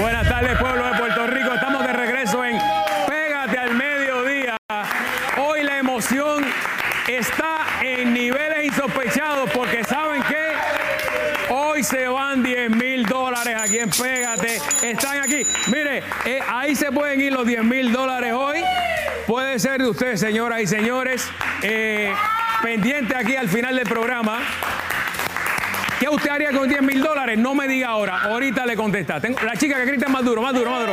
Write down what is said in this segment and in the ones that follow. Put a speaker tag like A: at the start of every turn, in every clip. A: Buenas tardes, pueblo de Puerto Rico. Estamos de regreso en Pégate al Mediodía. Hoy la emoción está en niveles insospechados porque saben que hoy se van 10 mil dólares aquí en Pégate. Están aquí. Mire, eh, ahí se pueden ir los 10 mil dólares hoy. Puede ser de ustedes, señoras y señores. Eh, pendiente aquí al final del programa. ¿Qué usted haría con 10 mil dólares? No me diga ahora. Ahorita le contesta. Tengo- la chica que grita más duro, más duro, más duro.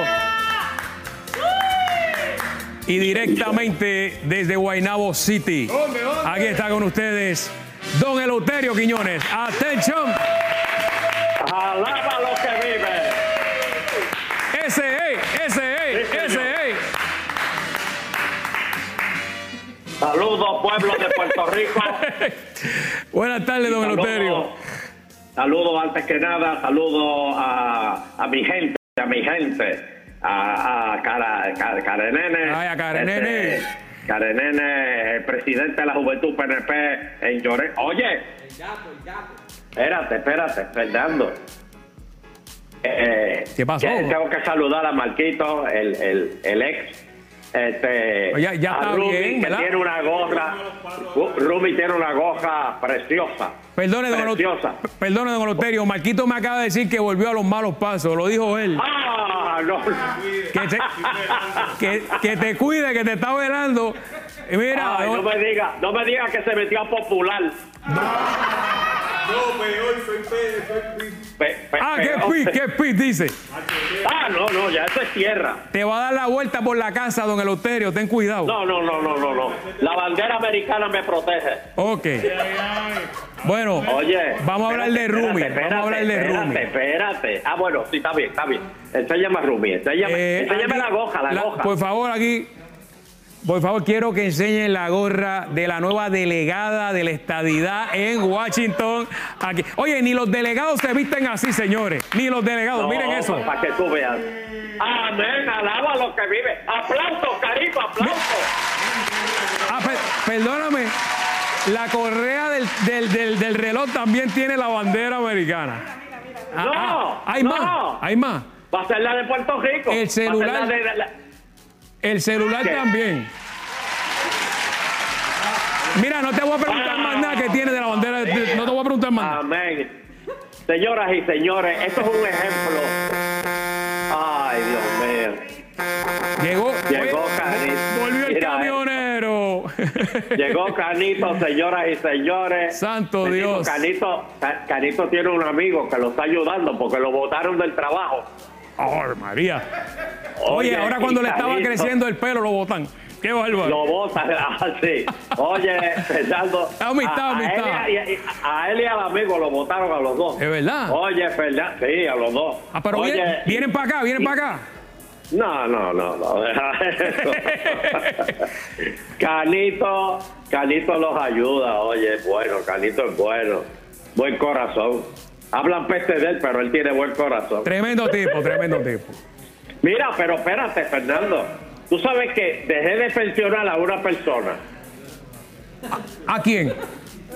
A: Y directamente desde Guaynabo City. Aquí está con ustedes Don Eleuterio Quiñones. Atención.
B: Alaba lo que vive.
A: Ese, ey, ese, ey,
B: Sí,
A: ese,
B: señor.
A: ey.
B: Saludos, pueblo de Puerto Rico.
A: Buenas tardes, Don Eleuterio.
B: Saludos, saludos antes que nada, saludos a, a mi gente, a mi gente. A, a Cara- Ca- Karenene.
A: Ay, a Karenene.
B: Este, Karenene, el presidente de la Juventud PNP en Lloré. Oye. Espérate, espérate, Fernando. Eh,
A: ¿Qué pasó?
B: que Tengo que saludar a Marquito, el, el, el ex. Este,
A: Oye, ya está
B: a Rumi,
A: bien,
B: que
A: ¿verdad?
B: tiene una gorra. Ru- Rumi tiene una gorra preciosa.
A: Perdone, Don Eleuterio.
B: Preciosa.
A: Perdone, Don Eleuterio. Marquito me acaba de decir que volvió a los malos pasos. Lo dijo él.
B: ¡Ah! No.
A: Que te, que, que te cuide, que te está velando. Y mira,
B: Ay, no me diga, no me diga que se metió a popular.
C: No, peor, soy pe- soy pi-
B: Pe- pe-
A: ah, qué
B: pero-
A: pit, qué pit, dice.
B: Ah, no, no, ya eso es tierra.
A: Te va a dar la vuelta por la casa, don Eleuterio, ten cuidado.
B: No, no, no, no, no, no. La bandera americana me protege.
A: Ok. Bueno,
B: Oye.
A: vamos a hablar de
B: espérate,
A: Rumi.
B: espérate,
A: Vamos a hablar de
B: espérate,
A: Rumi.
B: Espérate. Ah, bueno, sí, está bien, está bien. Enséñame a Rumi, enséñame,
A: Eh, pues,
B: enséñame
A: aquí-
B: la goja, la, goja.
A: Por favor, aquí. Por favor, quiero que enseñen la gorra de la nueva delegada de la estadidad en Washington. Aquí. Oye, ni los delegados se visten así, señores. Ni los delegados.
B: No,
A: Miren eso.
B: Para que tú veas. Amén, alaba a los que vive. Aplauso, cariño, aplauso.
A: Ah, pe- perdóname. La correa del, del- del- del reloj también tiene la bandera americana. Ah,
B: No,
A: ah, hay
B: no.
A: más, hay más.
B: Va a ser la de Puerto Rico.
A: El
B: Va a ser
A: celular.
B: la de- la-
A: El celular
B: ¿Qué?
A: también. Mira, no te voy a preguntar
B: Ah.
A: más nada que tiene de la bandera. de- de- No te voy a preguntar más nada.
B: Amén. Señoras y señores, esto es un ejemplo. Ay, Dios mío.
A: Llegó,
B: Ah, Llegó
A: fue-
B: Canis.
A: volvió el
B: Mira, eh.
A: camionero.
B: Llegó Canito, señoras y señores.
A: Santo
B: Bendito
A: Dios.
B: Canito, Ca- Canito tiene un amigo que lo está ayudando porque lo botaron del trabajo.
A: Ay, María. Oye, ahora
B: y
A: cuando le estaba
B: Canito
A: creciendo el pelo lo botan. Qué bárbaro.
B: Lo botan así. Oye, Fernando.
A: Amistad,
B: a- a él
A: amistad.
B: y A, a él y al amigo lo botaron a los dos.
A: ¿Es verdad?
B: Oye, Fernando. Sí, a los dos.
A: Ah, pero
B: Oye,
A: vienen, vienen para acá, vienen para acá.
B: No, no, no, no, deja eso. Canito, Canito los ayuda, oye, es bueno, Canito es bueno, buen corazón. Hablan peste de él, pero él tiene buen corazón.
A: Tremendo tipo, tremendo tipo.
B: Mira, pero espérate, Fernando, tú sabes que dejé de pensionar a una persona,
A: ¿A quién?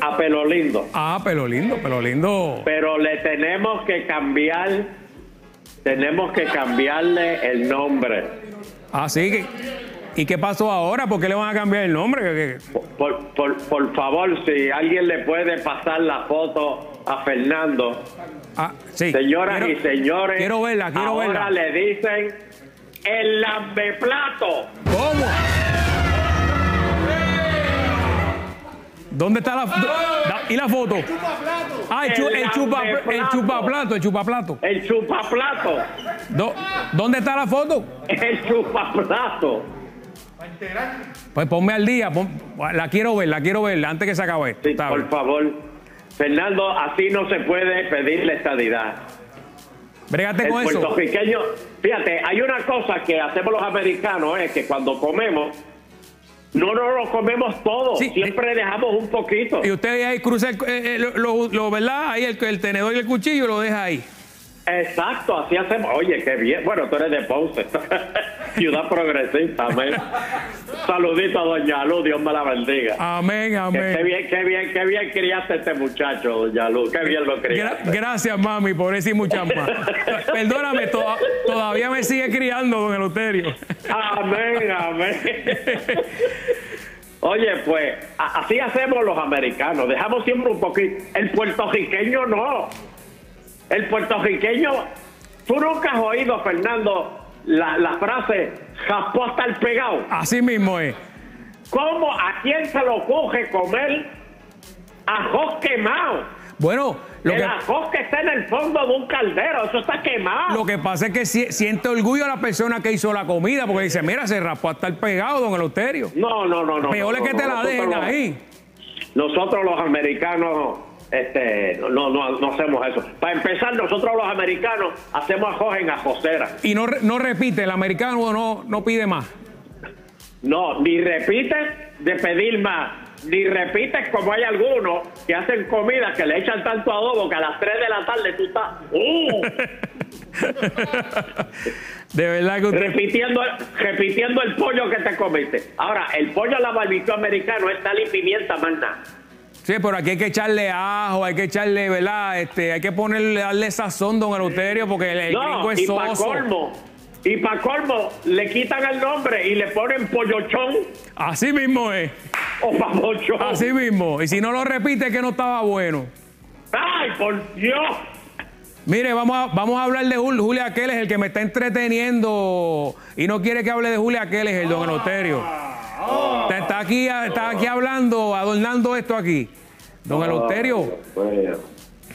B: a pelo lindo,
A: Ah, pelo lindo, pelo lindo.
B: pero le tenemos que cambiar, tenemos que cambiarle el nombre.
A: Así Ah, que. ¿Y qué pasó ahora? ¿Por qué le van a cambiar el nombre? ¿Qué- qué?
B: Por, por, por favor, si alguien le puede pasar la foto a Fernando,
A: Ah, sí.
B: señoras
A: Quiero-
B: y señores,
A: Quiero verla, quiero
B: ahora
A: verla.
B: le dicen el lambeplato.
A: ¿Cómo? ¿Dónde está la foto? ¿Y la foto? Ah, el, chu-
B: El
A: el chupa, el
B: anteplato.
A: chupaplato, el chupaplato.
B: El chupaplato.
A: Do- ¿Dónde está la foto?
B: El chupaplato.
A: Pues ponme al día, pon- la quiero ver, la quiero ver, antes que se acabe esto.
B: Sí,
A: está
B: por
A: bien.
B: favor. Fernando, así no se puede pedir la estadidad.
A: Brégate
B: El
A: con eso.
B: puertorriqueño, fíjate, hay una cosa que hacemos los americanos, es que cuando comemos, no nos lo comemos todo,
A: Sí,
B: siempre dejamos un poquito.
A: Y usted ahí cruza, el- eh, eh, lo, lo- lo- ¿verdad? Ahí el, el tenedor y el cuchillo lo deja ahí.
B: Exacto, así hacemos. Oye, qué bien. Bueno, tú eres de Ponce. Ciudad progresista, amén. Saludito a Doña Luz, Dios me la bendiga.
A: Amén, amén.
B: Que- Qué bien, qué bien, qué bien criaste a este muchacho, Doña Luz. Qué bien lo
A: Gra-
B: criaste.
A: gracias, mami, por eso y muchas más. Perdóname, to- todavía me sigue criando, don Eleuterio.
B: Amén, amén. Oye, pues a- así hacemos los americanos. Dejamos siempre un poquito. El puertorriqueño no. El puertorriqueño, tú nunca has oído, Fernando, la, la frase, jaspó hasta el pegado.
A: Así mismo es.
B: ¿Cómo a quién se lo coge comer ajos quemado?
A: Bueno, lo
B: El
A: que,
B: ajos que está en el fondo de un caldero, eso está quemado.
A: lo que pasa es que si- siente orgullo a la persona que hizo la comida, porque dice, mira, se raspó hasta el pegado, don Eleuterio.
B: No, no, no, no.
A: Peor
B: no,
A: es que
B: no,
A: te la
B: nosotros
A: dejen
B: los-
A: ahí.
B: Nosotros los americanos, este, no, no, no hacemos eso. Para empezar, nosotros los americanos hacemos ajos en ajosera.
A: Y no, re- no repite, el americano no, no pide más.
B: No, ni repites de pedir más, ni repites como hay algunos que hacen comida que le echan tanto adobo que a las 3 de la tarde tú estás ¡uh!
A: De verdad que usted.
B: repitiendo, repitiendo el pollo que te comiste. Ahora, el pollo a la barbecue americano es sal y pimienta, más nada.
A: Sí, pero aquí hay que echarle ajo, hay que echarle, ¿verdad? Este, hay que ponerle, darle sazón, don Eleuterio, porque el, el
B: No,
A: gringo es
B: y pa'
A: soso.
B: colmo, y pa' colmo, le quitan el nombre y le ponen pollochón
A: Así mismo es.
B: o papochón.
A: Así mismo. Y si no lo repite, es que no estaba bueno.
B: ¡Ay, por Dios!
A: Mire, vamos a, vamos a hablar de Jul- Julia Aqueles, el que me está entreteniendo y no quiere que hable de Julia Aqueles, el don Eloterio. Está, está aquí, está aquí hablando, adornando esto aquí. Don Eloterio,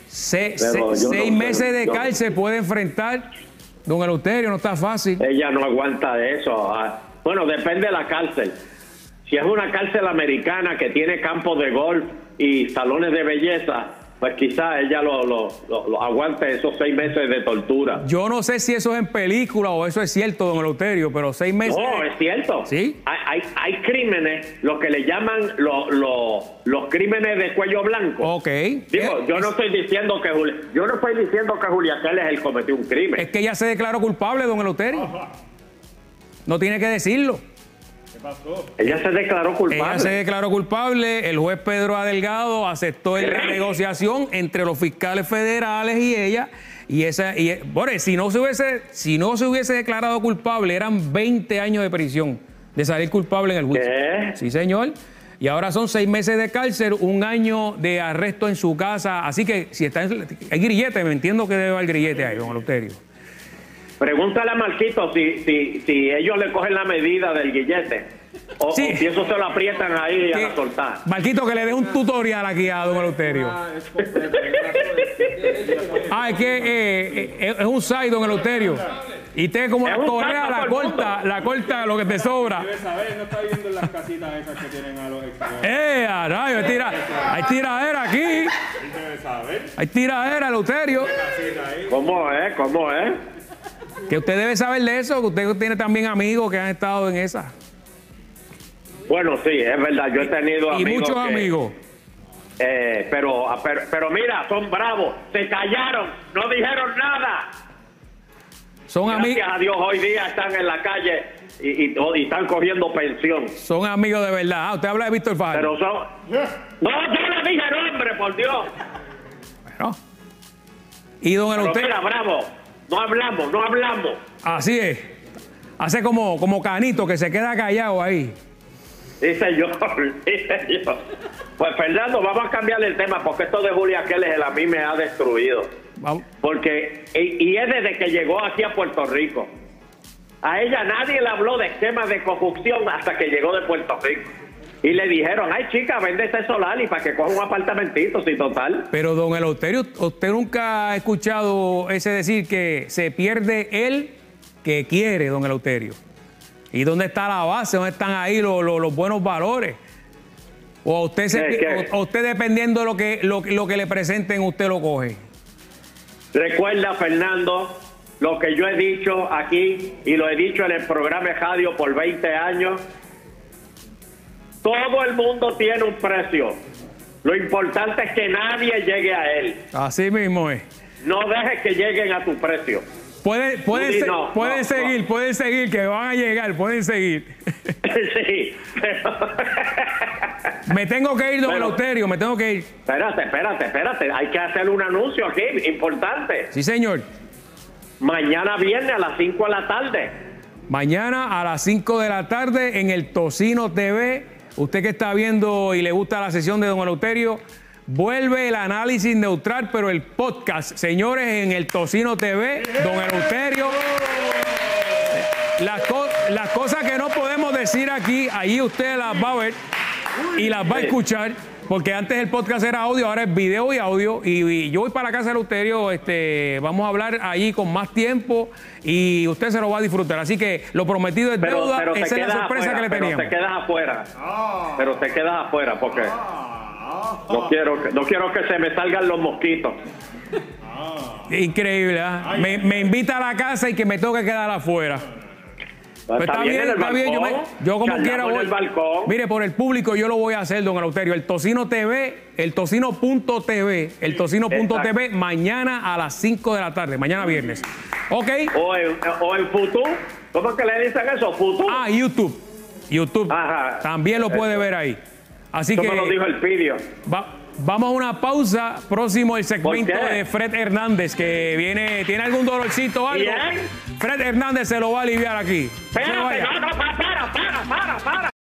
A: se- se-
B: Ah, pero yo
A: seis
B: no-
A: meses de
B: yo-
A: cárcel puede enfrentar. Don Eloterio, no está fácil.
B: Ella no aguanta de eso. Ah, Bueno, depende de la cárcel. Si es una cárcel americana que tiene campos de golf y salones de belleza, pues quizás ella lo, lo- lo- lo aguante esos seis meses de tortura.
A: Yo no sé si eso es en película o eso es cierto, don Eloterio, pero seis meses.
B: No, es cierto.
A: Oh. Sí.
B: Hay, hay, hay crímenes, lo que le llaman lo- lo- los crímenes de cuello blanco.
A: Ok. Eh,
B: Digo, yo no estoy diciendo que Juli- yo no estoy diciendo que Julia Keles él cometió un crimen.
A: Es que ella se declaró culpable, don Eleuterio. No tiene que decirlo.
B: Ella se declaró
A: Ella se
B: culpable.
A: declaró culpable, el juez Pedro Adelgado aceptó la negociación entre los fiscales federales y ella. Y esa, y, bueno, si no se hubiese, si no se hubiese declarado culpable, eran 20 años de prisión de salir culpable en el juicio.
B: ¿Qué?
A: Sí, señor. Y ahora son seis meses de cárcel, un año de arresto en su casa. Así que si está en, hay grillete, me entiendo que debe haber grillete ahí, don Eleuterio.
B: Pregúntale a Marquito si, si, si ellos le cogen la medida del guillete. O,
A: Sí.
B: o si eso se lo aprietan ahí a la
A: Que-
B: soltar.
A: Marquito, que le dé un tutorial aquí a don Eleuterio.
C: es completo. es una sola, es que-
A: Ah, es que eh, eh, es un side, don Eleuterio. Y te como
B: Es
A: la
B: un
A: correa,
B: side para
A: la
B: todo el mundo.
A: corta, la corta lo que te sobra.
C: Debe saber, no está viendo en las casitas esas que tienen a los extranjeros.
A: ¡Eh, a rayo! Hay, tira, hay tiradera aquí.
C: Él debe saber.
A: Hay tiradera, Eleuterio.
C: Casita ahí.
B: ¿Cómo es? ¿Cómo es?
A: Que usted debe saber de eso, que usted tiene también amigos que han estado en esa.
B: Bueno, sí, es verdad. Yo he tenido
A: y
B: amigos.
A: muchos
B: que-
A: amigos.
B: Eh, pero, pero, pero mira, son bravos, se callaron, no dijeron nada.
A: Son, ami-
B: Gracias a Dios hoy día están en la calle y, y- y están cogiendo pensión.
A: son amigos de verdad. Ah, usted habla de Víctor Fajardo.
B: Pero son... No, yo le dije nombre, por Dios.
A: Bueno. Y don
B: Pero
A: Eleuterio,
B: mira, bravo, no hablamos, no hablamos.
A: así es. Hace como, como canito que se queda callado ahí.
B: Dice yo, dice yo. Pues Fernando, vamos a cambiar el tema porque esto de Julia Keles a mí me ha destruido.
A: Vamos.
B: Porque, y, y es desde que llegó aquí a Puerto Rico. A ella nadie le habló de esquema de corrupción hasta que llegó de Puerto Rico. Y le dijeron, ay chica, vende ese solar y para que coja un apartamentito, si total.
A: Pero, don Eleuterio, ¿usted nunca ha escuchado ese decir que se pierde el que quiere, don Eleuterio? ¿Y dónde está la base? ¿Dónde están ahí los, los- los buenos valores? ¿O a usted, se-
B: ¿Qué, qué?
A: o- o usted dependiendo de lo que, lo, lo que le presenten, usted lo coge?
B: Recuerda, Fernando, lo que yo he dicho aquí y lo he dicho en el programa de radio por 20 años. Todo el mundo tiene un precio. Lo importante es que nadie llegue a él.
A: Así mismo es.
B: No dejes que lleguen a tu precio.
A: Pueden, pueden,
B: Sí,
A: se-
B: no,
A: pueden
B: no,
A: seguir,
B: no.
A: pueden seguir, que van a llegar, pueden seguir.
B: sí, pero...
A: Me tengo que ir, don
B: Pero-
A: Eleuterio, me tengo que ir.
B: espérate, espérate, espérate. Hay que hacer un anuncio aquí, importante.
A: Sí, señor.
B: Mañana viernes a las 5 de la tarde.
A: Mañana a las 5 de la tarde en el Tocino TV. Usted que está viendo y le gusta la sesión de Don Eleuterio, vuelve el análisis neutral, pero el podcast, señores, en el Tocino TV, Don Eleuterio. Las, co- las cosas que no podemos decir aquí, allí usted las va a ver y las va a escuchar, porque antes el podcast era audio, ahora es video y audio. Y, y yo voy para la casa del Euterio, este, vamos a hablar allí con más tiempo y usted se lo va a disfrutar. Así que lo prometido es
B: Pero,
A: deuda,
B: pero te
A: esa es
B: quedas
A: la sorpresa
B: afuera,
A: que le
B: pero
A: teníamos.
B: te quedas afuera. Pero te quedas afuera porque no quiero que, no quiero que se me salgan los mosquitos.
A: Pues Increíble, ¿ah? me, me invita a la casa y que me toque quedar afuera. Pero Pues está, bien,
B: en el
A: está bien. Yo, me-
B: balcón,
A: yo como
B: charlamos
A: quiera
B: en
A: voy.
B: el balcón.
A: Mire, por el público yo lo voy a hacer, don Eleuterio. El Tocino TV, el Tocino.tv, el Tocino.tv,
B: Exacto.
A: mañana a las 5 de la tarde, mañana viernes. ¿Ok?
B: O en, o en Futu. ¿Cómo es que le dicen eso? Futu.
A: Ah, YouTube. YouTube.
B: Ajá.
A: También lo puede ver ahí. Así
B: eso
A: que
B: me lo dijo el Pidio.
A: va- vamos a una pausa. Próximo el segmento
B: ¿Por qué?
A: de Fred Hernández, que viene, tiene algún dolorcito o algo.
B: Bien.
A: Fred Hernández se lo va a aliviar aquí. No se
B: Espérate,
A: vaya.
B: no, no, para, para, para, para, para.